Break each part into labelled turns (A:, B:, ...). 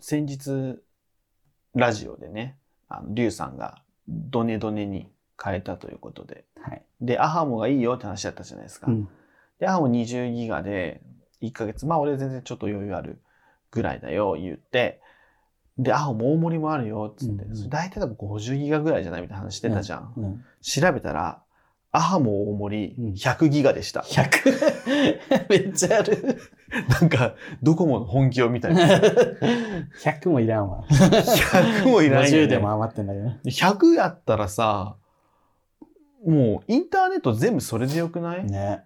A: 先日、ラジオでね、あの、リュウさんが、ドネドネに変えたということで。
B: はい。
A: で、アハモがいいよって話だったじゃないですか。
B: うん。
A: で、アハモ20ギガで、1ヶ月、まあ俺全然ちょっと余裕あるぐらいだよ、言って、で、アハモ大盛りもあるよ、つって、
B: うんうん
A: それ大体多分50ギガぐらいじゃないみたいな話してたじゃん。
B: うん、
A: 調べたら、アハモ大盛
B: うん
A: り100ギガでした。
B: 100めっちゃある。
A: なんか、ドコモの本気を見たい な。
B: 100もいらんわ。
A: 100もいらないよ、ね。
B: 50でも余ってんだけどね。
A: 100やったらさ、もうインターネット全部それでよくない、
B: ね。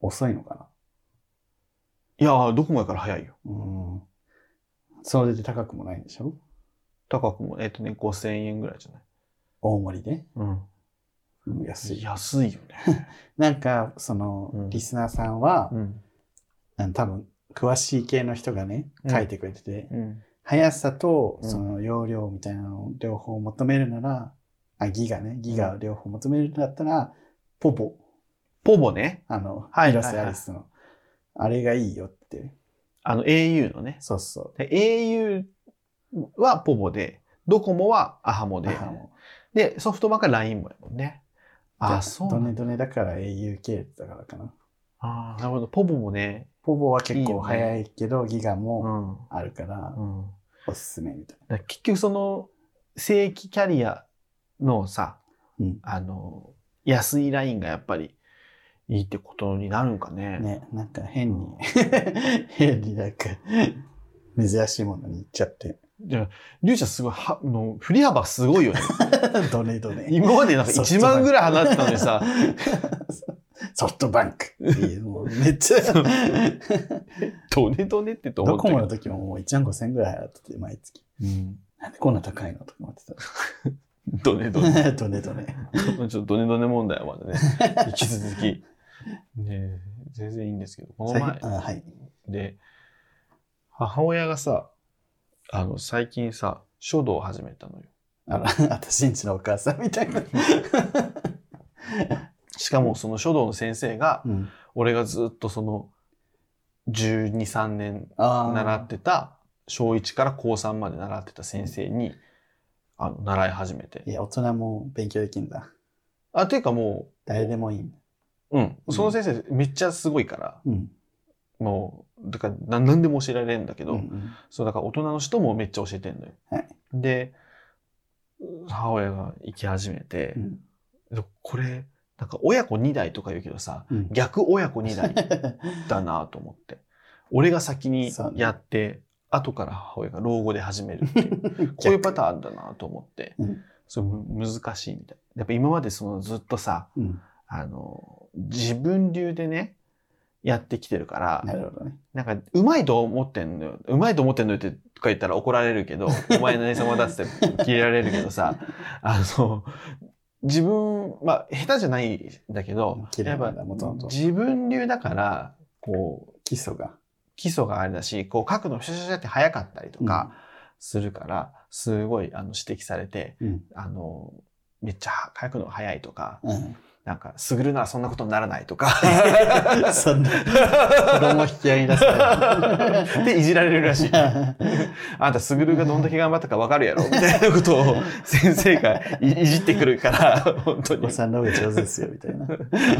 B: 遅いのか
A: いやー、ドコモやから早いよ。
B: な。うん。それで高くもないんでしょ
A: 高くも、えっ、とね、5000円ぐらいじゃない
B: 大盛りで。うん安い。
A: 安いよね。
B: なんか、そ
A: うん
B: の、リスナーさんは、
A: ん。
B: あの多分、詳しい系の人がね、
A: うん
B: 書いてくれてて、
A: うん。
B: 速さと、
A: うん
B: その、容量みたいなのを両方求めるなら、あ、ギガね、ギガを両方求めるんだったら、ポボ、
A: ポボね。
B: あの、
A: はい
B: 広
A: はい
B: 瀬
A: はい
B: アリスの、あれがいいよって。
A: あの、au のね。
B: そうそ
A: で au はポボで、ドコモはアハモ
B: う。
A: で、
B: あも
A: で、ソフトバンクは LINE もやもんね。
B: う
A: あ、
B: で
A: そうな
B: ド
A: んだ
B: ネドネだから au 系だからかな。
A: あーなるほど。ポボもね。
B: ポボは結
A: いいよね
B: 構早いけど、ギガ
A: う
B: も
A: ん。
B: あるから、
A: うん。
B: おすすめみたい
A: だから結局その正規キャリアのさ、
B: うん
A: あの安いラインがやっぱりいいってことになるんかね
B: な。。ね、なんか変に、 変になんか、珍しいものに行っちゃって。
A: じゃあ、リュウちゃんすごいはあの振り幅す ごいよね。
B: ドネドネ。
A: 今までなんか
B: ソフ
A: 1
B: トバンク
A: 万ぐらい放ったのにさ、
B: ソフトバンクっていう、もうめっち ゃ、
A: そうドネドネってと思
B: ド
A: った
B: コ
A: け
B: モ
A: ど
B: の時ももう1万5000円ぐらい払ってて、毎月。
A: うん
B: なんでこんな高いのとか思って
A: ドネドネ。
B: た。ドネドネ。
A: ちょっとドネドネ問題はまだね、 引き続き。ねえ全然いいんですけど、この前
B: あ、はい。
A: で、母親がさ、あの、最近さ、書道を始めたのよ。
B: あら、 私んちのお母さんみたいな。
A: しかもその書道の先生が、
B: うん、
A: 俺がずっとその、12、3年
B: あー
A: 習ってた、小1から高3まで習ってた先生に、あの、習い始めて。
B: いや、大人も勉強できるんだ。
A: あ、ていうかも
B: 誰でもいいんだ。
A: う、うん、その先生めっちゃすごいから、
B: うん。
A: もう、だから何何でも教えられるんだけど、
B: うんうん
A: そう、だから大人の人もめっちゃ教えてんのよ。
B: はい
A: で、母親が行き始めて
B: う、ん
A: でこれ、なんか親子2代とか言うけどさ、
B: うん
A: 逆親子2代 だなと思って。俺が先に
B: そうね
A: やって、後から母親が老後で始めるっ ていう、こういうパターンあるんだなと思って、
B: うん
A: そうむ難しいみたい。やっぱ今までそのずっとさ、
B: うん
A: あの、自分流でね、やってきてるから、
B: なるほどね。
A: なんか、うまいと思ってんのよ。うまいと思ってんのよって、とか言ったら怒られる けど、お前何様だっつって切れられるけどさ、 あの、自分、まあ、下手じゃないんだけど、
B: 綺
A: や
B: 麗
A: っ
B: な
A: ぱ
B: んだ元々、
A: 自分流だから、こう、
B: 基礎が。
A: 基礎があれだし、こう書くのシャシャシャって早かったりとかするから、すごい、あの、指摘されて、
B: うん。
A: あの、めっちゃ書くのが早いとか、
B: うん。
A: なんか、すぐるならそんなことにならないと か、
B: そんな、子供引き合いに出すか ら。
A: で、いじられるらしい。あんた、すぐるがどんだけ頑張ったかわかるやろみたいなことを先生がいいじってくるから、本当
B: お
A: に
B: 子。さんの方が上手ですよ、みたいな。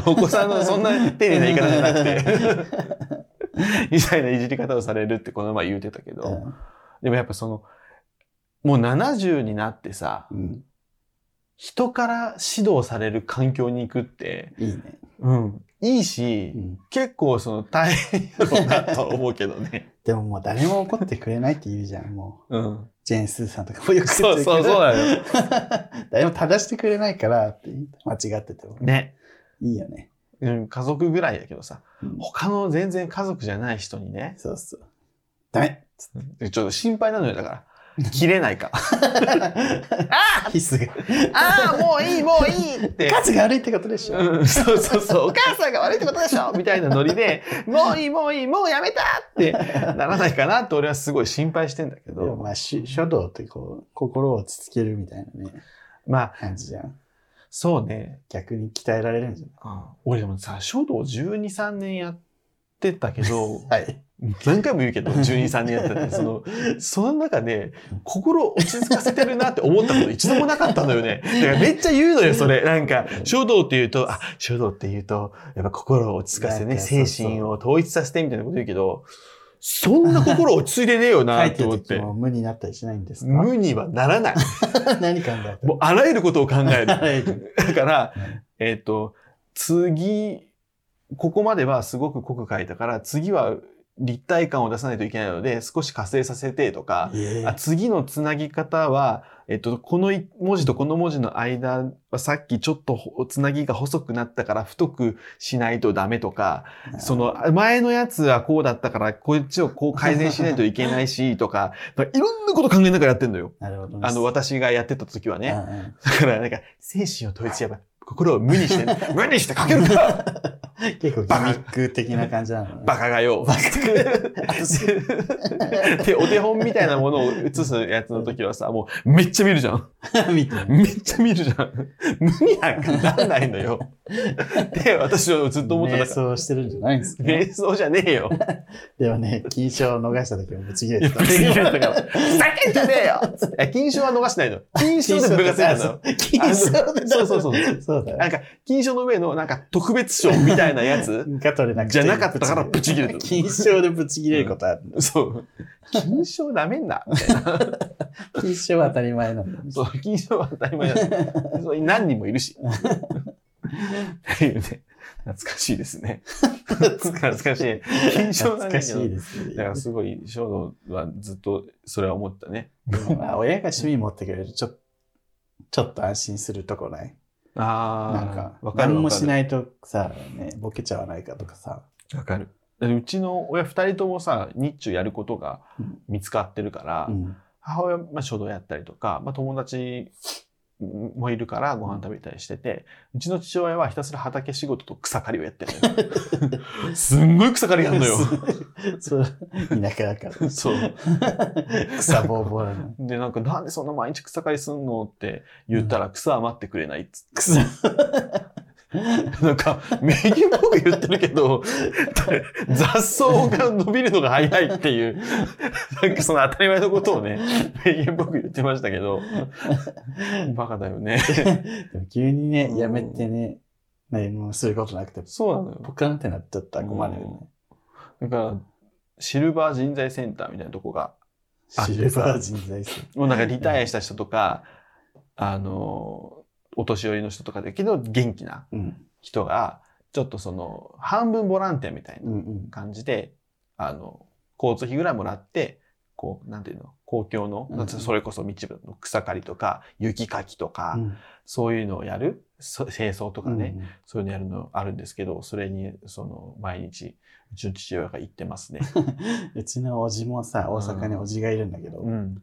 A: お子さんのそんな丁寧な言い方じゃなく て、みたいないじ り方をされるってこの前言うてたけど、でもやっぱその、もう70になってさ、
B: うん。
A: 人から指導される環境に行くって、
B: いいね。
A: うん、いいし、
B: うん。
A: 結構その大変やろうなとは思うけどね。
B: でももう誰も怒ってくれないって言うじゃん、もう。
A: うん。
B: ジェーン・スーさんとかもよく
A: そうそうそうだよ。
B: 誰も正してくれないからって、間違ってても。
A: ね。
B: いいよね。
A: うん、家族ぐらいだけどさ、
B: うん
A: 他の全然家族じゃない人にね、
B: そうそう。ダメ
A: ちょっと心配なのよ、だから。切れ ないか。
B: キスが。
A: ああ、もういい、もういいって。
B: 数が悪いってことでしょ。
A: うん、そうそうそう、お母さんが悪いってことでしょみたいなノリで、もういい、もういい、もうやめたってならないかなって俺はすごい心配してんだけ
B: でも
A: ど、
B: まあ、し書道ってこう、心を落ち着けるみたいなね、
A: まあ、
B: 感じじゃん。
A: そうね、
B: 逆に鍛えられるんじ
A: うん俺でもさ、書道12、3年やってたけど、
B: ゃないはい。
A: 何回も言うけ ど、12、3年やったって、その、その中で、心落ち着かせてるなって思ったこと一度もなかったのよね。だからめっちゃ言うのよ、それ。なんか、書道って言うと、あ、書道って言うと、やっぱ心を落ち着かせてね、
B: なんかそうそう
A: 精神を統一させてみたいなこと言うけど、そんな心落ち着いてねえよ
B: 書
A: ない
B: て
A: と思っ
B: る時
A: て。
B: も無になったりしないんですか
A: 無にはならない。
B: 何考えて
A: もうあらゆることを考える。だ
B: る
A: から、えっ、と、次、ここまではすごく濃く書いたから、次は立体感を出さないといけないので、少し活性させてと か、
B: え
A: あ
B: ー
A: 次のつなぎ方は、えっと、このい文字とこの文字の間はさっきちょっとほつなぎが細くなったから太くしないとダメとか、その前のやつはこうだったからこっちをこう改善しないといけないしとか、まあいろんなこと考えながらやってんのよ。
B: なるほどね
A: あの、私がやってた時はね。
B: うんうん
A: だから、なんか、精神を統一やばい。心を無にして、 無にしてかけるか
B: 結構ギミック的な感じなのね。
A: バカがよ。 で、お手本みたいなものを写すやつの時はさ、もうめっちゃ見るじゃん。
B: みたいな。
A: めっちゃ見るじゃん。無になんかならないのよ。で、私はずっと思って
B: 瞑
A: たから。
B: 想してるんじゃないんですか、
A: 瞑想じゃねえ よ。
B: でもね、金賞を逃した時はぶち切れ
A: いや、
B: て
A: ぶ
B: た。
A: つ切れたから。ふざけんじゃねえよつっていや金賞は逃してないの。金賞 で部活やったの。
B: 金賞で。
A: そうそうそう。
B: そうだ
A: なん
B: よ。
A: か、金賞の上のなんか特別賞みたいな やつ
B: が取れなくて
A: じゃなかったからブチ切れた
B: 金賞でぶち切れることは、
A: そう。金賞なめんな。
B: 金賞は当たり前なんだ ね。
A: そう、金賞は当たり前だ。そう何人もいるし。っていうね。懐かしいですね。懐かしい。金賞な
B: 懐
A: ん
B: か
A: だ
B: し
A: け
B: い
A: ど。
B: ですね
A: だからすごい、衝動はずっとそれは思ったね。
B: まあ親が趣味持ってくれる、ちょっと、ちょっと安心するとこない。
A: あ
B: な
A: あ、
B: んか、
A: わかる。
B: 何もし
A: い。
B: ないとさ、ね、ボケちゃわないかとかさ。
A: わかる。だってうちの親二人ともさ、日中やることが見つかってるから、
B: うん
A: 母親、まあ、書道やったりとか、まあ、友達もいるからご飯食べたりしてて、うちの父親はひたすら畑仕事と草刈りをやってるのよ。 すんごい草刈りやんのよ。
B: そう、田舎だから。
A: そう。
B: 草ぼうぼうなの。
A: で、なんか、なんでそんな毎日草刈りすんのって言ったら、草は待ってくれないっつ
B: 草。
A: って。なんか、名言っぽく言ってるけど、雑草が伸びるのが早いっていう、なんかその当たり前のこと をね、名言っぽく言ってましたけど、バカだよね。
B: でも急にね
A: う、ん
B: やめてね、何もすることなくて、
A: そうなのよ。
B: ポカンってなっちゃったら困るよ
A: だ
B: ね。
A: から、シルバー人材センターみたいなとこが、うん
B: シルバー人材数。
A: もうなんかリタイアした人とか、あの、お年寄りの人とかだけど元気な
B: うん。
A: 人が、ちょっとその、半分ボランティアみたい
B: うん
A: な
B: うん。
A: 感じで、あの、交通費ぐらいもらって、こう、なんていうの、公共の、
B: うん
A: それこそ道の草刈りとか、雪かきとか、
B: うん
A: そういうのをやる、そ清掃とかね、
B: うん
A: そういうのやるのあるんですけど、それに、その、毎日、うちの父親が行ってますね。
B: うちのおじもさ、大阪におじがいるんだけど、
A: うん。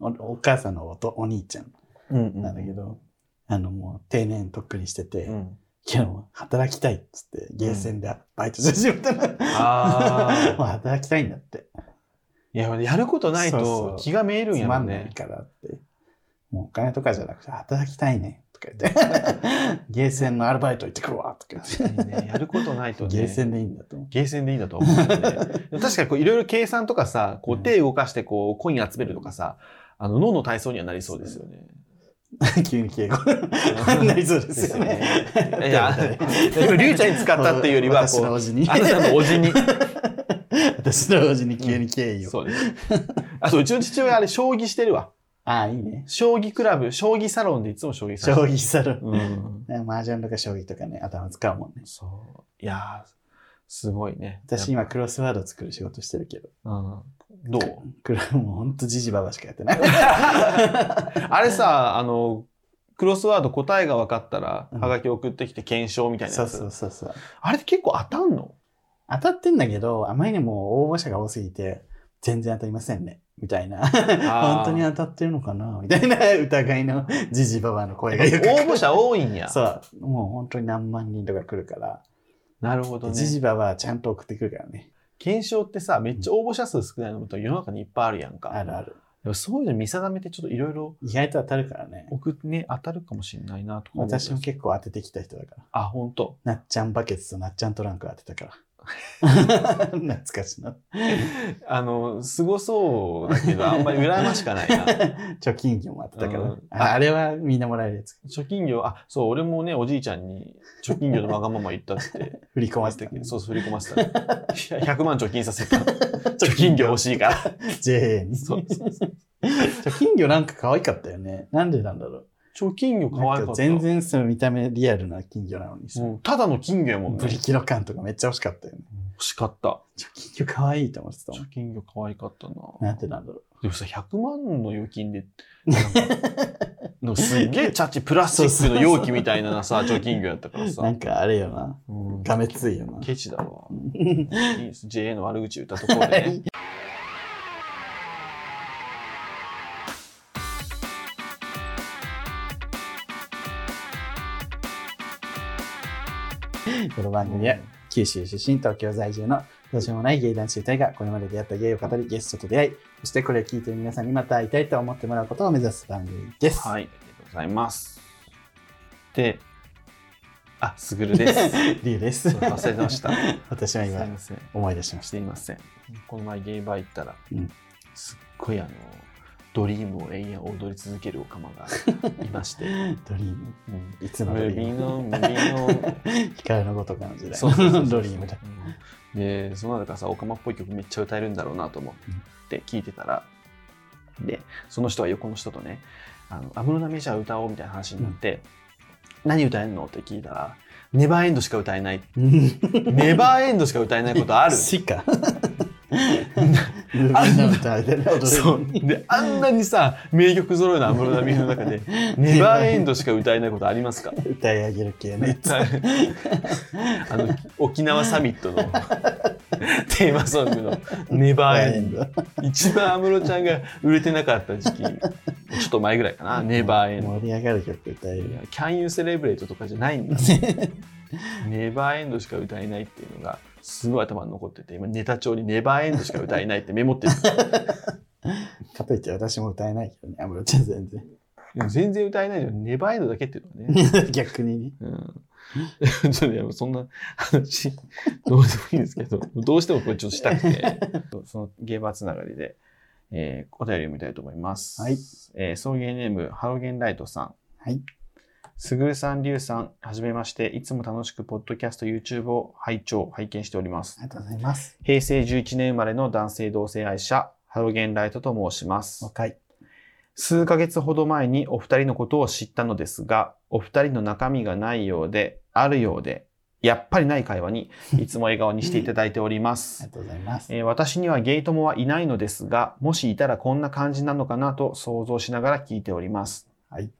B: おお母さんのおとお兄ちゃん
A: うん、うん。
B: なんだけど、あのもう定年とっくにしてて、
A: うん。
B: けど働きたいっつって、ゲーセンでバイトしてしまったの。
A: あー
B: もう働きたいんだって。
A: いや、やることない
B: そうそ
A: と
B: う
A: 気が見えるん
B: つ
A: や
B: ま
A: ろ
B: んない
A: ね。
B: からって。もうお金とかじゃなくて、働きたいね。とか 言って。ゲーセンのアルバイト行ってくるわ。とか
A: 確
B: 言っ
A: かにね、やることないと
B: て。
A: ね。
B: ゲーセンでいいんだと思う。
A: ゲーセンでいいんだと思うんだ よね。確かにこういろいろ計算とかさ、こ
B: う
A: うん手動かしてこうコイン集めるとかさ、あの脳の体操にはなりそうですよね。
B: 急に敬語。なりそうですよね。
A: いや、今、りゅうちゃんに使ったっていうよりは、
B: 私
A: こ
B: の
A: う、
B: おじに。
A: あなたのおじ に。
B: 私のおじに急に敬意を。
A: そうです。あと、うちの父親あれ、将棋してるわ。
B: ああ、いいね。
A: 将棋クラブ、将棋サロンでいつも将棋さ
B: 将
A: れてる。
B: 棋サロン。
A: うん。
B: ね麻雀とか将棋とかね、頭使うもんね。
A: そう。いやー、すごいね。
B: 私今クロスワード作る仕事してるけど、
A: うん。どう
B: クラもうほんとジジババしかやってない。
A: あれさ、あの、クロスワード答えが分かったら、
B: うん
A: はがき送ってきて検証みたいな
B: そ
A: や
B: う
A: つ。
B: そうそうそう。
A: あれって結構当たんの
B: 当たってんだけど、あまりにも応募者が多すぎて、全然当たりませんね。みたいな。
A: ー
B: 本当に当たってるのかなみたいな疑いのジジババアの声がよく。
A: 応募者多いんや。
B: そう。もう本当に何万人とか来るから。
A: なるほど
B: ジ
A: ね。
B: ジババアちゃんと送ってくるからね。
A: 検証ってさ、めっちゃ応募者数少ないのと世の中にいっぱいあるやん
B: あ
A: か。
B: るある。
A: でもそういうの見定めてちょっといろいろ
B: 意外と当たるからね。
A: 送ってね、当たるかもしれないなとか思うけど
B: 私も結構当ててきた人だから。
A: あ、ほんと。
B: なっちゃんバケツとなっちゃんトランク当てたから。懐かしいな。
A: あの、すごそうだけど、あんまり羨ましかない な。
B: 貯金魚もあったから、
A: うん
B: ああれはみんなもらえるやつ。
A: 貯金魚、あ、そう、俺もね、おじいちゃんに貯金魚のわがまま言ったって。
B: 振り込ませた
A: 言ってたけどそう、振り込ま せた。いや100万貯金させた。貯金魚欲しい から。
B: JA に。
A: そうそう
B: 貯金魚なんか可愛かったよね。なんでなんだろ
A: 貯金魚
B: う。
A: 可愛か
B: なん
A: っ
B: か
A: た。
B: 全然その見た目リアルな金魚なのにさ、
A: うんただの金魚やもんね。
B: ブリ
A: 欲
B: キの缶とかめっちゃ欲しかったよね。
A: しかった。
B: 貯金魚可愛いと思ってたもん
A: 貯。金魚可愛かったな。
B: なんでなんだろ
A: でもさ、100万の預金 で、なんかのすっげえチャッチプラスチックの容器みたいなさ、貯金魚やったから
B: う。な
A: さ。
B: んかあれよな。
A: うん
B: がめつい よな。
A: ケチだわ。
B: うん
A: いいです JA の悪口言ったところでね。
B: この番 組は九州出身東京在住のどうしようもない芸男子2人がこれまで出会った芸を語りゲストと出会いそしてこれを聞いている皆さんにまた会いたいと思ってもらうことを目指す番組です。
A: はい、ありがとうございます。で、あ、すぐ るです。
B: リュウです。
A: そう忘れてました。
B: 私は
A: すい
B: 今
A: ません。
B: 思い出しまし
A: すいません。この前ゲイバー行ったら、
B: うん
A: すっごいあの、ドリームを延々踊り続けるオカマ がいまして、
B: た。ドリーム。
A: うん
B: いつのド
A: 無
B: リ
A: 理
B: ー
A: の、
B: ム
A: 無理の、
B: 光のごとかの時代
A: そうそうそうそう
B: ドリームだ。
A: うんでその中さオカマっぽい曲めっちゃ歌えるんだろうなと思って聞いてたらでその人は横の人とね「あの安室奈美恵ちゃん歌おう」みたいな話になって「何歌えんの?」って聞いたら「ネバーエンドしか歌えない」「ネバーエンドしか歌えないこと ある」
B: しか。みんな歌えてね、踊れる
A: そうであんなにさ名曲揃うの安室奈美恵の中 で「ネバーエンドしか歌えないことあります か?」
B: 歌い上げる系ね。
A: あの沖縄サミットのテーマソングの「ネバーエンド」一番安室ちゃんが売れてなかった時期ちょっと前ぐらいかな「ネバーエンド
B: 盛り上がる曲歌え」る
A: い
B: よ
A: や「Can You Celebrate」とかじゃないんだ「ネバーエンド」しか歌えないっていうのがすごい頭に残ってて今ネタ帳に「ネバーエンド」しか歌えないってメモってる
B: かといって私も歌えないけどね、安室ちゃん全然。
A: でも全然歌えないじゃん「ネバーエンド」だけっていうのはね
B: 逆にね。
A: うん、 ちょっといやそんな話どうでもいいんですけどどうしてもこれちょっとしたくて そのゲーバーつながりで、えー、お便りを見たいと思います、
B: はい
A: えー送迎ネームハロゲンライトさん
B: はい
A: すぐるさんりゅうさんはじめましていつも楽しくポッドキャスト YouTube を拝聴拝見しております
B: ありがとうございます。
A: 平成11年生まれの男性同性愛者ハロゲンライトと申します
B: 若い。
A: 数ヶ月ほど前にお二人のことを知ったのですが、お二人の中身がないようで、あるようで、やっぱりない会話に、いつも笑顔にしていただいておりま
B: あり
A: す
B: が。とうございます。
A: えー私にはゲイ友はいないのですが、もしいたらこんな感じなのかなと想像しながら聞いております。
B: はい。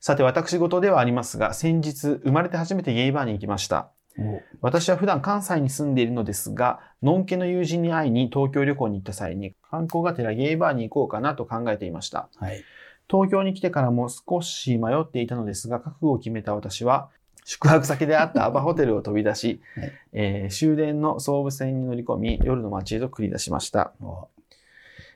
A: さて、私事ではありますが、先日、生まれて初めてゲイバーに行きました。
B: も
A: 私は普段関西に住んでいるのですが、のんけの友人に会いに東京旅行に行った際に、観光がてらゲイバーに行こうかなと考えていました。
B: うはい。
A: 東京に来てからも少し迷っていたのですが、覚悟を決めた私は、宿泊先であったアパホテルを飛び出し、
B: はい
A: えー終電の総武線に乗り込み、夜の街へと繰り出しました。
B: も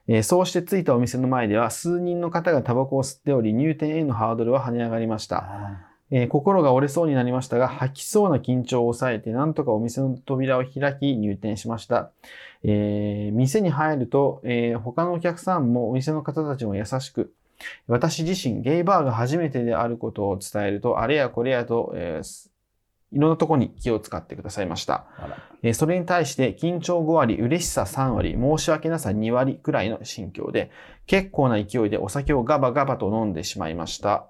A: えーそうして着いたお店の前では、数人の方がタバコを吸っており、入店へのハードルは跳ね上がりまし
B: う、
A: た。
B: あ
A: えー心が折れそうになりましたが、吐きそうな緊張を抑えて、なんとかお店の扉を開き入店しました。えー店に入ると、えー他のお客さんもお店の方たちも優しく、私自身、ゲイバーが初めてであることを伝えると、あれやこれやと、えーすいろんなとこに気を使ってくださいました。
B: あら。
A: えーそれに対して緊張5割、嬉しさ3割、申し訳なさ2割くらいの心境で、結構な勢いでお酒をガバガバと飲んでしまいました。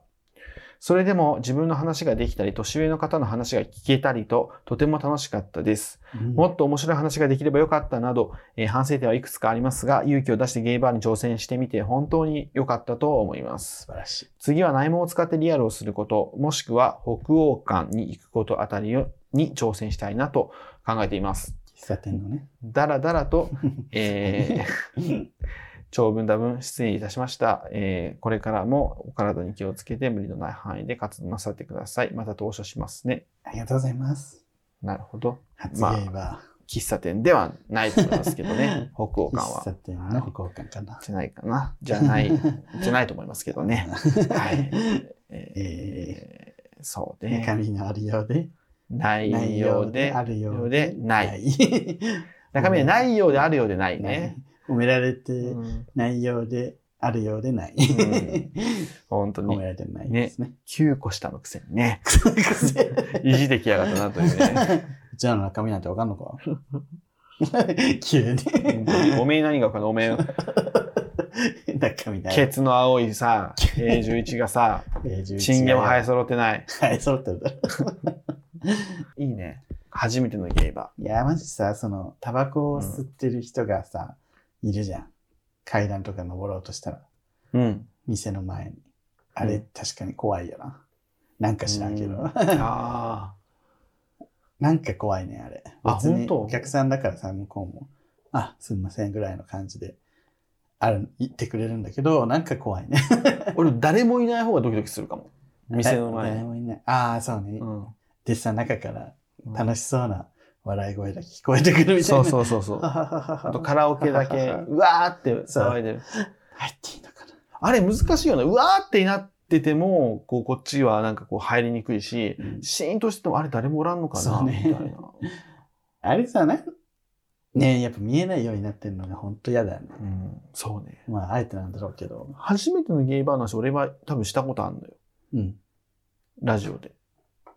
A: それでも自分の話ができたり、年上の方の話が聞けたりと、とても楽しかったです。もっと面白い話ができればよかったなど、えー反省点はいくつかありますが、勇気を出してゲイバーに挑戦してみて本当に良かったと思います
B: 素。晴らしい。
A: 次は内門を使ってリアルをすること、もしくは北欧館に行くことあたりに挑戦したいなと考えています。
B: 喫茶店のね。
A: だらだらと、えー長文多文失礼いたしました、えーこれからもお体に気をつけて無理のない範囲で活動なさってください。また投書しますね。
B: ありがとうございます。
A: なるほど。
B: 初
A: まあ
B: ゲイバ
A: 喫茶店ではないと思いますけどね。北欧館
B: ー。喫茶
A: は。
B: 店の交換かな。
A: じゃないかな。じゃない、じゃないと思いますけどね。はい。えー
B: え
A: そう
B: ー、
A: ね。
B: 中身のあるようで、
A: ないようで
B: あ、るよう
A: でない
B: い。
A: 中身でないようであるようでない
B: ね
A: ね。、
B: 褒められて
A: うん
B: ないようで、あるようでない。
A: ん本当
B: 褒め
A: に。
B: られてないです ね。
A: 9個下のくせにね。
B: 癖
A: 意地できやがったなというね。
B: うちらの中身なんてわかんのか急に。
A: うんおめえ何が分かんのおめえ、
B: 中身ない。
A: ケツの青い さ、A11 が さ、チンゲも生え
B: 早
A: 揃ってない。
B: 生え揃ってるだろ。
A: いいね。初めてのゲイバ
B: いや、マジさ、その、タバコを吸ってる人がさ、いるじゃん。階段とか登ろうとしたら、
A: ー。うん。
B: 店の前に。あれ、
A: うん
B: 確かに怖いよな。なんか知らんけ
A: う
B: ど
A: ん。あ
B: なんか怖いね、あれ。
A: あ
B: 別に
A: 本当
B: お客さんだからさ、向こうも、あ、すんませんぐらいの感じで、ある、言ってくれるんだけど、なんか怖いね。
A: あ。俺、誰もいない方がドキドキするかも。 店の前
B: 誰もいない。ああ、そうね。
A: う
B: でさ、中から
A: ん。
B: 楽しそうな笑い声だけ聞こえてくるみたい
A: そ
B: な。
A: うそうそうそう。
B: はははは。
A: あと
B: あ
A: カラオケだけ、 うわーって騒いでる。
B: 入っていいのかな。
A: あれ難しいよね。うわーってなってても、こう、こっちはなんかこう入りにくいし、シーンとしてても、あれ誰もおらんのか
B: そ
A: な、
B: うね
A: みたいな。
B: あれさ、なんねえやっぱ見えないようになってるのが本当嫌だよね。
A: うん、そうね。
B: まあ、あえてなんだろうけど。
A: 初めてのゲイバーの話、俺は多分したことあるのよ。
B: うん。
A: ラジオで。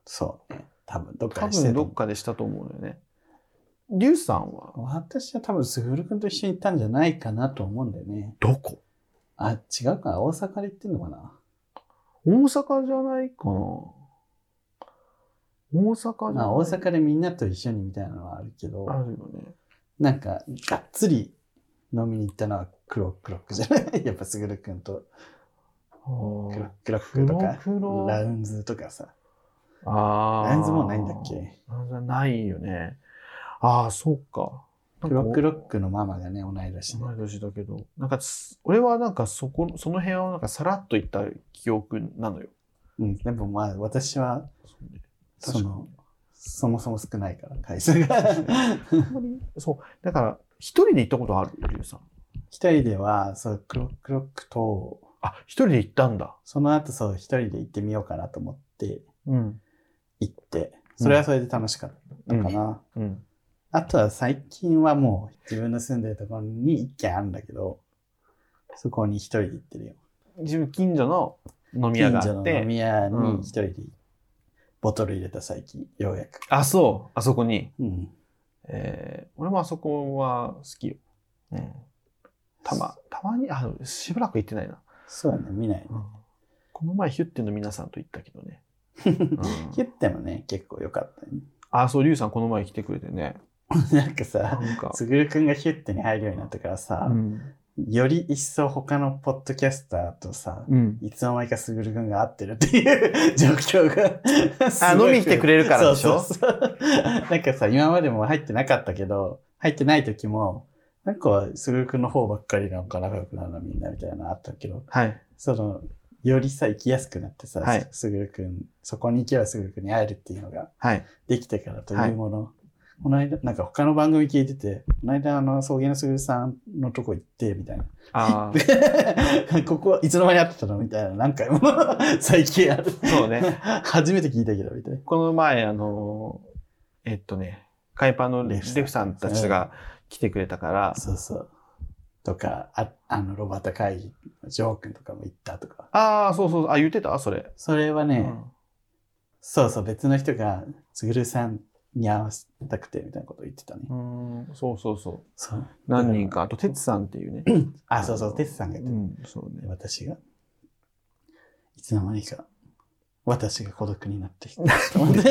B: そうね。多分、どっか
A: 多
B: にして
A: 分
B: ると
A: ど
B: 思
A: っ
B: う。
A: かでしたと思うのよね。リュウさんは
B: 私は多分、すぐるくんと一緒に行ったんじゃないかなと思うんだよね。
A: どこ
B: あ、違うかな大阪で行ってんのかな
A: 大阪じゃないかな大阪じゃない
B: まあ、大阪でみんなと一緒にみたいなのはあるけど、
A: あるよね。
B: なんか、がっつり飲みに行ったのはクロックロックじゃない やっぱすぐるくんとクロックロックとか、
A: クロクロ
B: ラウンズとかさ。
A: ああ。
B: ラウンズもうないんだっけ
A: ラウンズはないよね。ああ、そうか。
B: クロックロックのママがね、同い年で。
A: 同い年だけど。なんかす、俺はなんかそこ、その辺はなんかさらっといった記憶なのよ。
B: うん、でもまあ、私は、
A: そうね
B: そ
A: 確か
B: の、そもそも少ないから、回数が。
A: に。あんまりそう。だから、一人で行ったことあるリュウさん。
B: 一人では、そう、クロックロックと、
A: あ、一人で行ったんだ。
B: その後、そう、一人で行ってみようかなと思って、
A: うん。
B: 行って、それはそれで楽しかったかな。
A: うん。
B: あとは最近はもう自分の住んでるところに一軒あるんだけど、そこに一人で行ってるよ。
A: 自分近所の飲み
B: 近
A: 屋が
B: 所
A: あっ
B: の飲
A: て。
B: み屋
A: うん
B: に一人でボトル入れた最近、ようやく。
A: あ、そう。あそこに。
B: うん。
A: えー、俺もあそこは好きよ。うん。たま、たまに、あ、しばらく行ってないな。
B: そうだね、見ないね。
A: この前ヒュッテの皆さんと言ったけど ね。
B: ヒュッてもね、結構良かったね。
A: あ、そう、リュウさんこの前来てくれてね。
B: なんか
A: な
B: さ、
A: ん か。
B: つぐるくんがヒュッてに入るようになったから
A: う
B: さ、
A: ん。
B: より一層他のポッドキャスターとさ、
A: うん。
B: いつの間にかすぐるくんが合ってるっていう 状況が。
A: あ、飲みに来てく
B: れ
A: れるからでしょ
B: そうそうそう。なんかさ、今までも入ってなかったけど、入ってない時も、なんか、すぐるくんの方ばっかりなんか仲良くなるな、みんなみたいなのあったけど、
A: はい。
B: その、よりさ、行きやすくなってさ、
A: はい
B: すぐるくん、そこに行けばすぐるくんに会えるっていうのが
A: はい。
B: できてからというもの、この間、なんか他の番組聞いてて、この間、あの、草原のすぐるさんのとこ行って、みたいな。
A: あ
B: ここいつの間にあったのみたいな何回 も最近ある。
A: あ、そうね。
B: 初めて聞いたけど、みたいな。
A: この前、あのー、えっとね、海パンのレ
B: レフ
A: フ
B: さん
A: さんたちが来てくれたから、
B: そうそう。とか、ああの、ロバタ会議、ジョー君とかも行ったとか。
A: ああ、そうそう、あ、言ってたそれ。
B: それはね、
A: うん
B: そうそう、別の人が、つぐるさんに会わせたくて、みたいなこと言ってたね。
A: うん、そうそうそう。
B: そう。
A: 何人か。あと、てつさんっていうね。
B: あ、そうそう、テスさんが言
A: う
B: って
A: ん、そう
B: た、
A: ね。
B: 私が、いつの間にか、私が孤独になってきた。と思 って。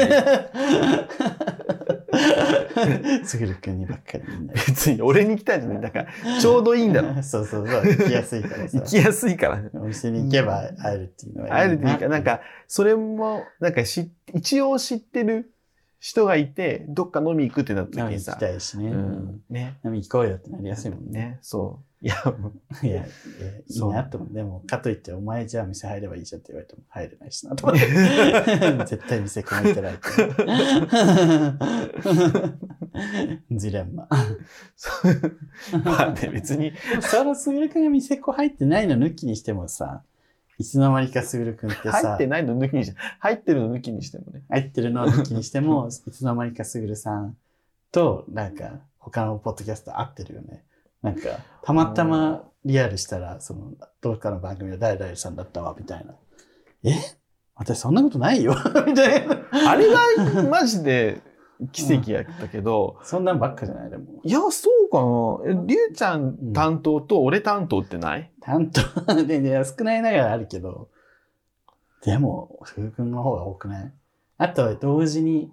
B: つぐる君にばっかりみんな
A: 別に俺に来たんじゃない。だから、ちょうどいいんだろ。
B: そうそう そう、行きやすいからさ
A: 行。きやすいからね。
B: お店に行けば会えるっていうのは
A: 会える
B: っ
A: というか、なん、か、それも、なんかし、一応知ってる人がいて、どっか飲み行くってなった
B: 飲み
A: 時に
B: 行き
A: さ、
B: たいしね。
A: うん、ね。
B: 飲み行こうよってなりやすいもんね。
A: ね、そう。いや、も う
B: いや、いやいい
A: そう
B: なと思う。でも、かといって、お前じゃあ店入ればいいじゃんって言われても入れないしなと思って。絶対店構えてないから。 ジレンマ。
A: そう まあね、別に、
B: そのすぐるくんが店こ入ってないの抜きにしてもさ、いつの間にかすぐるくんって
A: 入
B: さ
A: って、ないの抜きにして、入ってるの抜きにしてもね。
B: 入ってるのを抜きにしても、いつの間にかすぐるさんと、なんか、他のポッドキャスト合ってるよね。なんか、たまたまリアルしたら、その、どっかの番組の誰々さんだったわ、みたいな。え私そんなことないよ、 みたいな。
A: あれがマジ で奇跡やったけど、
B: そんなんばっかじゃない、でも。
A: いや、そうかな。えりゅうちゃん担当と俺担当ってない、
B: 担当で、ね、少ないながらあるけど、でも、福君の方が多くないあと、同時に、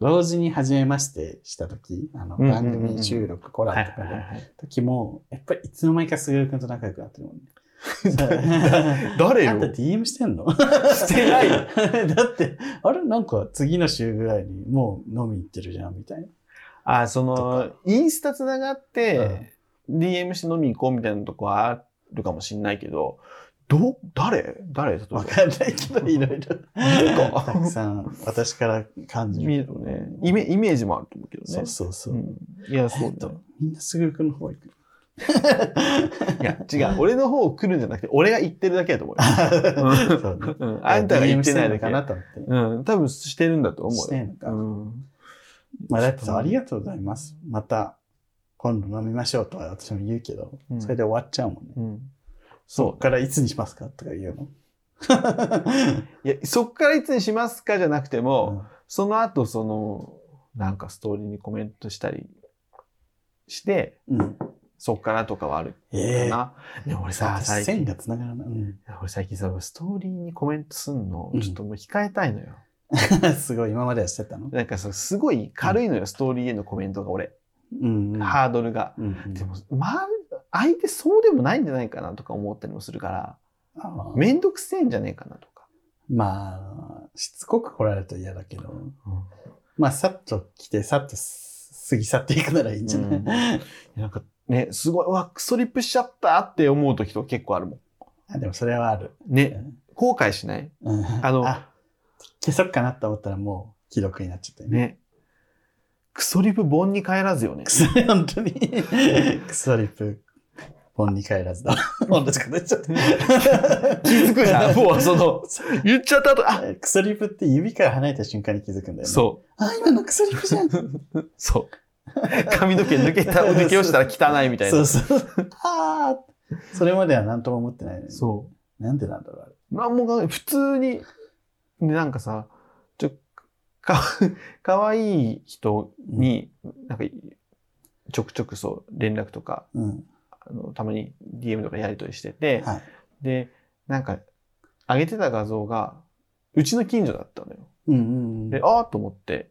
B: 同時に初めましてした時、あの、
A: うんうんうん
B: 番組収録コラボとかで、
A: い。
B: 時も、やっぱりいつの間にかすぐるくんと仲良くなって るもんね。
A: 誰
B: あんた
A: よ
B: DM してんの
A: してないよ。
B: だって、あれなんか次の週ぐらいにもう飲み行ってるじゃん、みたいな。
A: あ、そ
B: と
A: の、インスタつながって、DM して飲み行こうみたいなとこはあるかもしんないけど、ど、誰誰例えば
B: わかんないけ ど、いろいろ。
A: なんか
B: たくさん、私から感じ
A: 見え
B: る
A: るよね。イメイメージもあると思うけどね。
B: そうそうそう。
A: うんいや、そうだよ。
B: みんなすぐるくんの 方行く。
A: いや、違う。俺の方来るんじゃなくて、俺が行ってるだけだと思うよ。
B: そうね
A: うんあんたが言ってないだ
B: DM してんのか
A: け
B: なと思って。
A: うん、多分してるんだと思うよ。
B: してんのか
A: うん
B: まあだってさ、ありがとうございます。また今度飲みましょうとは私も言うけど、
A: うん
B: それで終わっちゃうもんね。
A: うん
B: そっ
A: そ
B: からいつにしますかとか言うの。
A: う。いや、そっからいつにしますかじゃなくても、
B: うん
A: その後、その、なんかストーリーにコメントしたりして、
B: うん。
A: そっからとかはあるか
B: ええ
A: な。でも俺さ、
B: 私
A: 最
B: 線
A: 近、
B: が繋がらない。
A: 俺最近さ、ストーリーにコメントすんの
B: うん、
A: ちょっともう控えたいのよ。
B: うん すごい、今まではしてたの。
A: なんかさ、すごい軽いのよ、ストーリーへのコメントが俺。
B: うんうん。
A: ハードルが。
B: うんうん
A: でも、まあ、相手そうでもないんじゃないかなとか思ったりもするから、
B: あー
A: めんどくせえんじゃねえかなとか。
B: まあ、しつこく来られると嫌だけど、まあ、さっと来て、さっと過ぎ去っていくならいいんじゃない、
A: う んなんかね、すごい、うわ、クソリップしちゃったって思う時とか結構あるもん。
B: あでもそれはある。
A: ね、後悔しない
B: うん
A: あの
B: 消そっかなと思ったらもう既読になっちゃったよね。
A: ね。クソリップ本に帰らずよね
B: く。そ、 本当に。クソリップ、本に帰らずだ。 同じこと言っちゃった。
A: 気づくじ ゃん。もうその、言っちゃったと、あ、
B: クソリップって指から離れた瞬間に気づくんだよね。う。
A: そ
B: あ、今のクソリップじゃん。
A: う、そう。髪の毛抜け た、お抜けをしたら汚いみたい
B: そ
A: な
B: う。そう。ああ。それまでは何とも思ってないのに、
A: そう。
B: なんでなんだろう、あれ。
A: なんもが普通に、でなんかさ、ちょ、か、 かわいい人に、なんか、ちょくちょくそう、連絡とか、
B: うん。
A: あの、たまに DM とかやり取りしてて、
B: はい。
A: で、なんか、上げてた画像が、うちの近所だったのよ。
B: うんうんう
A: で
B: ん。、
A: ああと思って、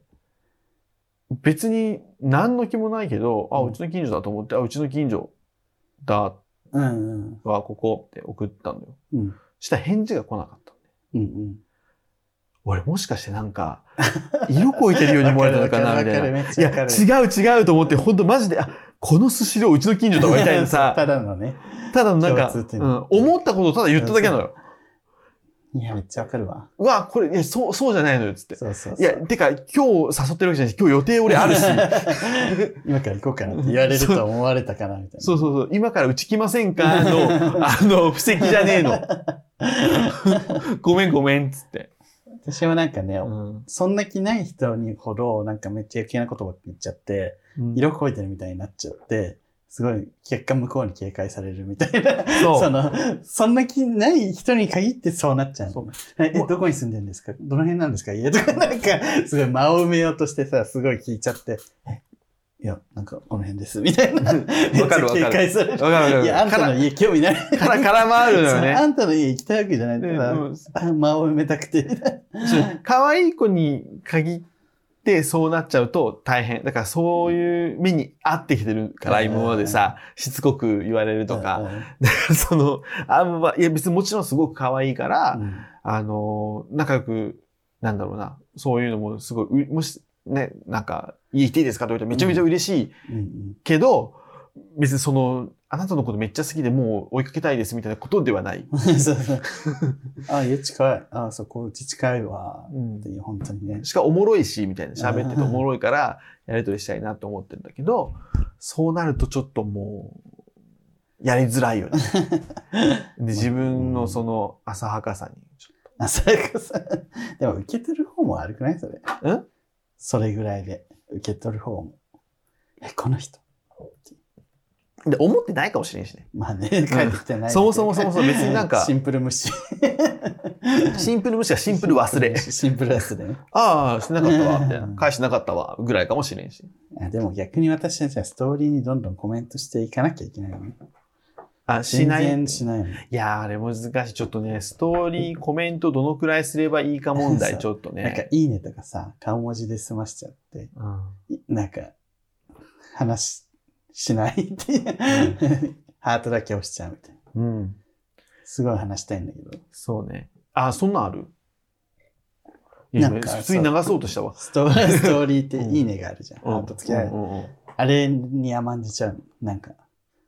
A: 別に何の気もないけど、あ、
B: うん
A: うちの近所だと思って、あ、うちの近所だ、
B: うんうん。
A: はここって送ったのよ。
B: うん
A: したら返事が来なかったの。
B: うんうん。
A: 俺もしかしてなんか、色こいてるように思われたのかな、みたいな。い
B: な。い
A: や、違う違うと思って、ほんとマジで、あ、このスシローうちの近所とかみたいな
B: た
A: さ、
B: だのね。
A: ただのなんか、
B: 共通点
A: うん思ったことをただ言っただけなのよ。
B: いや、めっちゃわかるわ。
A: うわ、これ、いや、そう、そうじゃないのよ、つって。
B: そうそうそう。
A: いや、てか、今日誘ってるわけじゃないし、今日予定俺ある し、
B: 今から行こうかなって言われると思われたかな、みたいな。
A: そうそうそう、今からうち来ませんかの、 あの、布石じゃねえの。ごめんごめん、つって。
B: 私はなんかね、
A: うん
B: そんな気ない人にほど、なんかめっちゃ余計なことばっか言っちゃって、色こいてるみたいになっちゃって、すごい、結果向こうに警戒されるみたいな。
A: そう
B: その、そんな気ない人に限ってそうなっちゃう
A: そ
B: の
A: う。
B: え、えどこに住んでるんですかどの辺なんですか家とか、なんか、すごい間を埋めようとしてさ、すごい聞いちゃって、え、いや、なんかこの辺です、みたいな。めっちゃ
A: わかるわかる
B: 警戒される。
A: わかるわかる。
B: いや、あんたの家興味ない。
A: から、からから回るの よね。
B: あんたの家行きたいわけじゃないんだ
A: で
B: か
A: うん
B: ら、間を埋めたくて。
A: そう可愛い子に限ってそうなっちゃうと大変。だからそういう目に合ってきてるから、
B: うん
A: 今までさ、しつこく言われるとか。
B: う
A: だから その、あんま、いや別にもちろんすごく可愛いから
B: ん。、うん
A: あの、仲良く、なんだろうな、そういうのもすごい、うもし、ね、なんか、家行っていいですかと言われたらめちゃめちゃ嬉しい
B: うんうん
A: けど、別にその、あなたのことめっちゃ好きでもう追いかけたいですみたいなことではない。
B: そうそう。あ、家近い。あ、そこ、うち近いわ。
A: うん
B: っていう、本当にね。
A: しかおもろいし、みたいな。喋ってておもろいから、やりとりしたいなと思ってるんだけど、そうなるとちょっともう、やりづらいよ ね。で、自分のその浅はかさに、ちょっ
B: 浅香さん。でも受け取る方も悪くないそれ。
A: ん
B: それぐらいで。受け取る方も。え、この人。
A: とで、思ってないかもしれんしね。
B: まあね、帰ってきてない。
A: そもそもそもそも別になんか
B: シンプル無視。
A: シンプル無視はシンプル忘れ。
B: シンプル忘れね。
A: ああ、してなかったわ、みたいうな。
B: ん
A: 返してなかったわ、ぐらいかもしれんし。
B: あでも逆に私たちはストーリーにどんどんコメントしていかなきゃいけないよね。
A: あ、しない。
B: 全然しないよね。
A: いやー、あれ難しい。ちょっとね、ストーリー、コメントどのくらいすればいいか問題、
B: そう
A: ちょっとね。
B: なんかいいねとかさ、顔文字で済ましちゃって、
A: うん
B: いなんか、話しないっていう。ハートだけ押しちゃうみたいな。
A: うん。
B: すごい話したいんだけど。
A: そうね。あ、そんなんあるいや
B: なんか
A: 普通に流そうとしたわ。
B: スト ストーリーって
A: うん
B: いいねがあるじゃん。
A: うん
B: ハートつけられ
A: う
B: る。
A: んうんうん
B: あれに甘んじちゃう。なんか、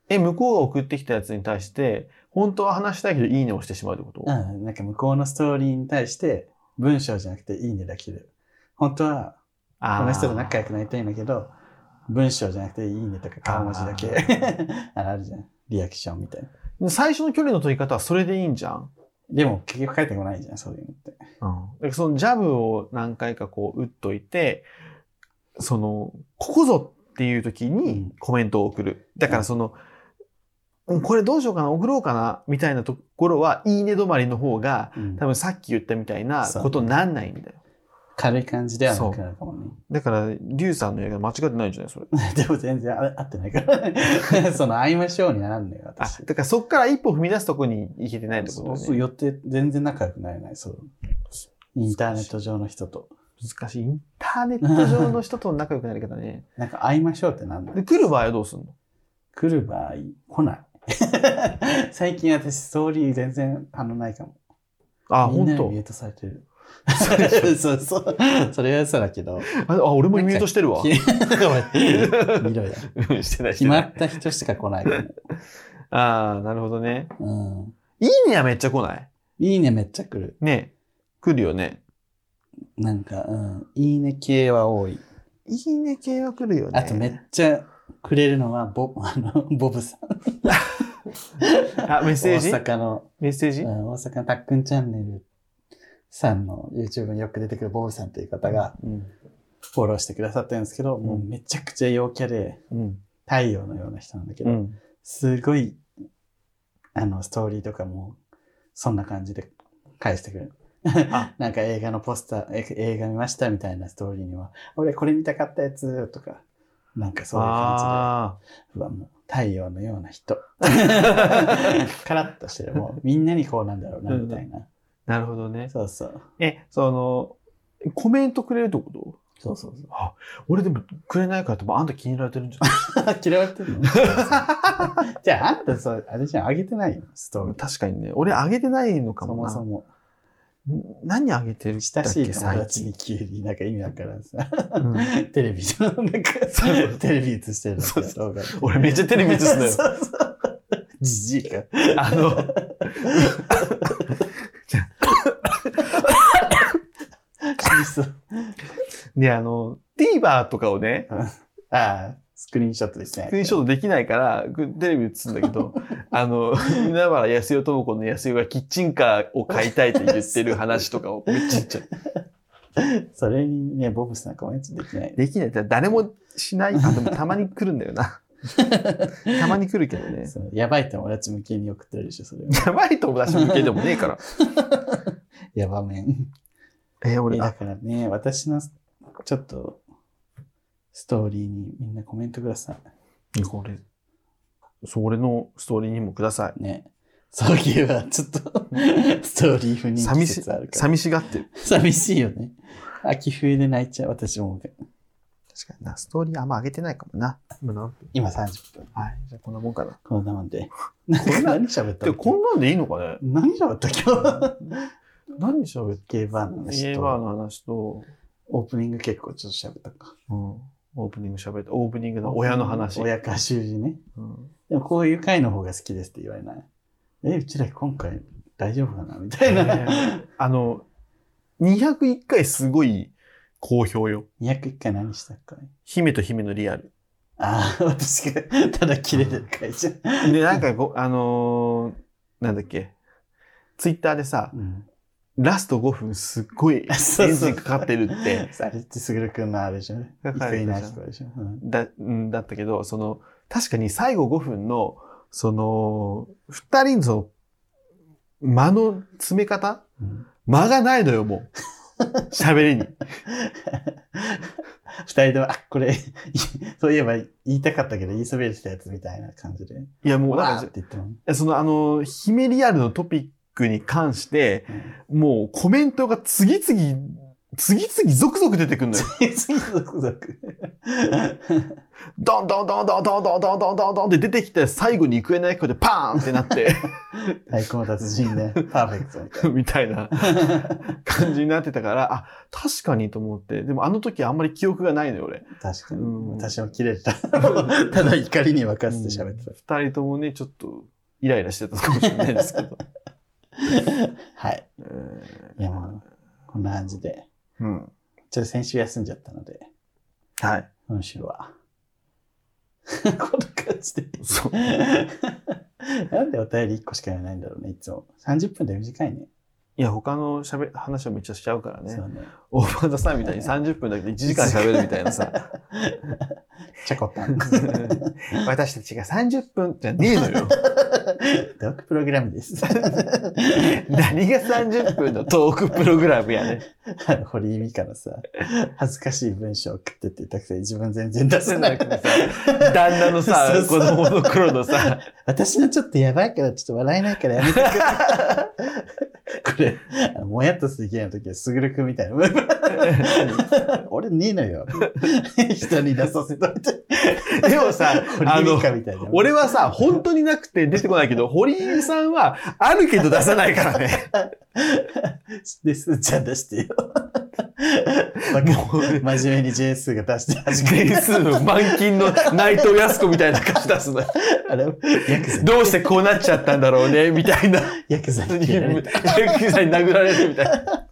A: え、向こうが送ってきたやつに対して、本当は話したいけど、いいねをしてしまうってこと、
B: うん、なんか向こうのストーリーに対して文章じゃなくていいねだけで。本当は
A: あー
B: この人と仲良くなりたいんだけど、文章じゃなくていいねとか顔文字だけ。 ああるじゃん。リアクションみたいな。
A: 最初の距離の取り方はそれでいいんじゃん、
B: でも結局書いてこないじゃん、そういうのって。
A: だからそのジャブを何回かこう打っといて、その、ここぞっていう時にコメントを送る。だからその、うんこれどうしようかな、送ろうかな、みたいなところは、いいね止まりの方が、
B: うん
A: 多分さっき言ったみたいなことになんないんだよ。
B: 軽い感じではなくなるかもね。
A: だから、リュウさんの映画間違ってないんじゃないそれ。
B: でも全然あ合ってないから。 その会いましょうにはなんだよ、
A: あ
B: 私。、
A: だからそっから一歩踏み出すとこに行けてないってこと
B: そう
A: ね。
B: そう、寄って全然仲良くなれない、そう。インターネット上の人と。
A: 難しい。インターネット上の人との仲良くなり方 ね。
B: なんか会いましょうってなんだ
A: で、来る場合はどうすんの
B: 来る場合、来ない。最近私、ストーリー全然反応ないかも。
A: あ、
B: み
A: 本
B: んなに
A: 当
B: ミュートされてる。そうそう。それはそうだけど。
A: あ、あ俺もミュートしてるわ。
B: き見ろよ。
A: うん してない、し
B: 決
A: て
B: ま
A: ない。
B: った人しか来ないか
A: ああ、なるほどね。
B: も。
A: いいねはめっちゃ来ない。
B: うん。いいねめっちゃ来る。
A: ね。来るよね。
B: なんか、うん。いいね系は多い。
A: いいね系は来るよね。
B: あとめっちゃくれるのは、ボ、あの、ボブさん。
A: あ、メッセージ
B: 大阪の。
A: メッセージ、
B: うん大阪のたっくんチャンネルさんの YouTube によく出てくるボブさんという方が
A: うん、
B: フォローしてくださってるんですけど、もうめちゃくちゃ陽キャで
A: うん。
B: 太陽のような人なんだけ
A: う
B: ど、
A: ん。
B: すごい、あの、ストーリーとかもそんな感じで返してくれる
A: あ。
B: なんか映画のポスター、え映画見ましたみたいなストーリーには、俺これ見たかったやつとか、なんかそういう感
A: ああ。
B: じで、うわ、もう太陽のような 人。カラッとしてる、もうみんなにこうなんだろうな、みたいな。
A: なるほどね。
B: そうそう。
A: え、その、コメントくれるってこと
B: そうそうそ
A: 俺でもくれないからって、あんた気に入られてるんじゃ
B: う。 嫌われて るのじゃあ、あんたさ、あれじゃん、あげてないよ、ストー
A: な
B: リ
A: い
B: ー。
A: 確かにね。俺あげてないのか
B: そ
A: も
B: も
A: な。
B: そも。
A: ん何あげてるんだ
B: 親
A: っ
B: しい
A: け
B: 友
A: 最
B: 達
A: 近。
B: に急になんか意味わからんさ。
A: うん
B: テレビの中、テレビ映してるの
A: そう
B: 動画。
A: 俺めっちゃテレビ映す のよ
B: そうそう。じじいか。
A: あの、
B: 死にそう
A: ね、あの、TVer とかをね、
B: ああ、スクリーンショットですね。
A: スクリーンショットできないから、これテレビ映すんだけ ど、あの、海原康代智子の康代がキッチンカーを買いたいって言ってる話と かをめっちゃ言っちゃう。
B: それにね、ボブスなんかもやつできない。
A: できないって誰もしない。あ、でもたまに来るんだよな。 たまに来るけどね。
B: そうやばい友達向けに送ってるでしょ、それは。
A: やばい友達向けでもねえから。
B: やばめん。
A: えー
B: え
A: 俺、
B: だ
A: あ、
B: からね、私のちょっとストーリーにみんなコメントくださ
A: これ、そう、俺のストーリーにもください。
B: い。ね。そういうはちょっとストーリー不人気説あるから。
A: 寂しがってる。
B: 寂しいよね。秋冬で泣いちゃう、私も。
A: 確かにな、ストーリーあんま上げてないかもな。今何分
B: 今30分。
A: はい、じゃあこんなもんかな。
B: こんなもんで。なんか何喋った
A: で、
B: っけ
A: こんなんでいいのか ね
B: 何喋ったっけ今日
A: 何喋って
B: ゲーバーの
A: ゲ
B: 話
A: ーバー
B: と
A: の話と、
B: オープニング結構ちょっと喋ったか。
A: うん、オープニング喋った、オープニングの親の話。
B: 親か習字ね。
A: うん
B: でもこういう回の方が好きですって言われない。え、うちら今回大丈夫かなみたいな。
A: あの、201回すごい好評よ。
B: 201回何したっけ
A: 姫と姫のリアル。
B: ああ、私がただ切れてる会社。
A: で、なんかご、あのーなんだっけ、ツイッターでさ、
B: うん。
A: ラスト5分すっごいエ
B: そうそう
A: ンジンかかってるって、
B: あれってすぐるくんのあれじゃん。
A: だから
B: 生稲晃子でしょ。うん
A: だ、んだったけど、その、確かに最後5分の、その、二人のその、間の詰め方
B: うん。
A: 間がないのよ、もう。喋りに。
B: 二人とも、あ、これ、 そういえば言いたかったけど言いそびれてたやつみたいな感じで。
A: いや、もう
B: わ
A: な
B: ー
A: ん
B: って言ってもん。
A: か、その、あの、ヒメリアルのトピックに関して、
B: うん
A: もうコメントが次々、次々続々出てくるのよ。
B: 次続々。
A: ドンドンドンドンドンドンドンドンドンドンって出てきて、最後に行方ない子でパーンってなって、
B: 太鼓の達人ね。パーフェクトみたい
A: みたいな感じになってたから、あ、確かにと思って。でもあの時あんまり記憶がないのよ、俺。
B: な。確か
A: うん
B: に。私も切れてた。 ただ怒りに任せて喋ってた。
A: 二人ともね、ちょっとイライラしてたかもしれないですけど。
B: はい。
A: え
B: いや、もう、こんな感じで。
A: ーうん。
B: ちょっと先週休んじゃったので、
A: はい。
B: 今週は。 こんな感じで。
A: そう。
B: なんでお便り1個しかやらないんだろうね、いつも。30分で短いね。
A: いや、他の喋、話をめっちゃしちゃうからね
B: そ。うね。
A: オーバーザさんみたいに30分だけで1時間喋るみたいなさ。
B: チャコタン。
A: 私たちが30分じゃねえのよ。
B: ドッグプログラムです。
A: 何が30分のトークプログラムやね。
B: あの堀井美香のさ、恥ずかしい文章を送ってって言ったくせに自分全然出せなくてさ、
A: 旦那のさ
B: そう、そ
A: 子
B: う
A: 供の頃のさ、
B: 私のちょっとやばいからちょっと笑えないからやめてくれ。 これ、あのもやっとする嫌な時はすぐるくんみ たいな。俺ねえのよ。人に出させといて。
A: でもさ、 あ
B: 堀井美
A: の、
B: 香みたいな。
A: 俺はさ、本当になくて出てこないけど、堀井さんはあるけど出さないからね。
B: で、すーちゃん出してよ。
A: もう、
B: 真面目に JS が出して始め
A: 点数満金の内藤康子みたいな歌詞出すの。
B: あれ、ヤクザ、
A: どうしてこうなっちゃったんだろうね、みたいな。
B: ヤクザにやられた。
A: ヤクザに殴られるみたいな。
B: こ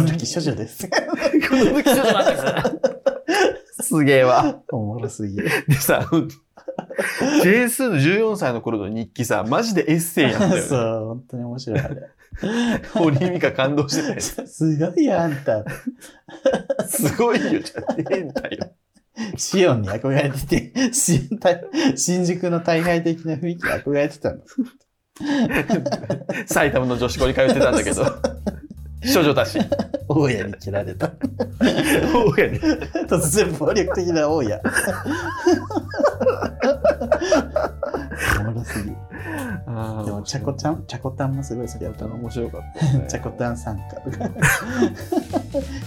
B: の時、処女です。
A: この時ちょっと待ってくださいすげえわ。
B: おもろすぎる。
A: でさ、J 数の14歳の頃の日記さ、マジでエッセイやった よ、
B: そ
A: ね。
B: う、本当に面白い、あれ。
A: 堀井美香感動してたよ。
B: すごいよ、あんた。
A: すごいよ、じゃねえんだよ。
B: シオンに憧れてて、新新宿の対外的な雰囲気に憧れてたの。
A: 埼玉の女子校に通ってたんだけど。 少女たち。
B: 大家に切られた。
A: そうやね。
B: 突然暴力的な大家。 おもろすぎ。
A: あ
B: でも、チャコちゃん、チャコタンもすごい好きだったの。
A: 面白かったですね。
B: チャコタン参加。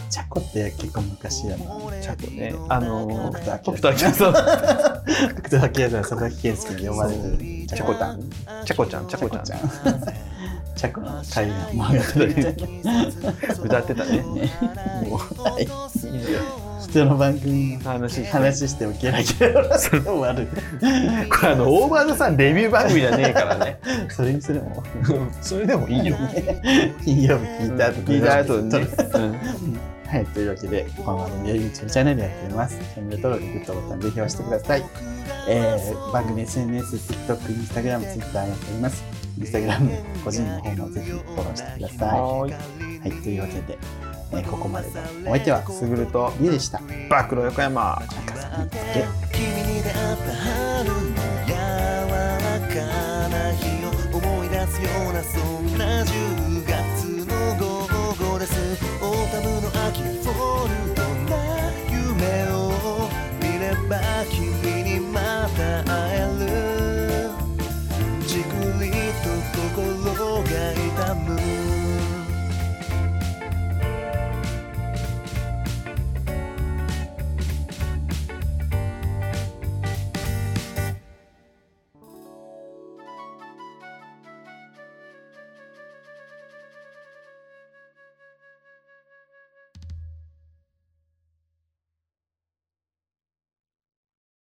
B: チャコって結構昔やな。
A: チャコね。あのー、
B: 北
A: 北斗
B: 斗
A: 晶さん。
B: 北斗晶さん、佐々木健介に呼ばれてる。チ
A: チ
B: ャ
A: ャ
B: コ
A: コ
B: タ
A: タ
B: ン。
A: ン。チャコちゃん、チャコちゃん。
B: チャコの会が回ってる。
A: 歌ってたね。
B: もう、はい。
A: いいんだよ
B: 人の番組の
A: 話して。
B: 話してもゲラゲラそれ終わる
A: これあの、オーバーザさんレビュー番組じゃねえからね。
B: それにするもん
A: それでもいいよ。
B: 金曜日聞いた後
A: 聞いた後にね。
B: はいというわけでこの番組は YouTube チャンネルでやっていますチャンネル登録グッドボタンぜひ押してください、えー、番組 SNSTikTokInstagramTwitter やっております Instagram 個人の方もぜひフォローしてください
A: はー
B: はいというわけで、えーここまでのお相手は
A: い。すぐると、
B: ゆうでした
A: バックロ横山。
B: 赤崎みつけ
C: 君に出会った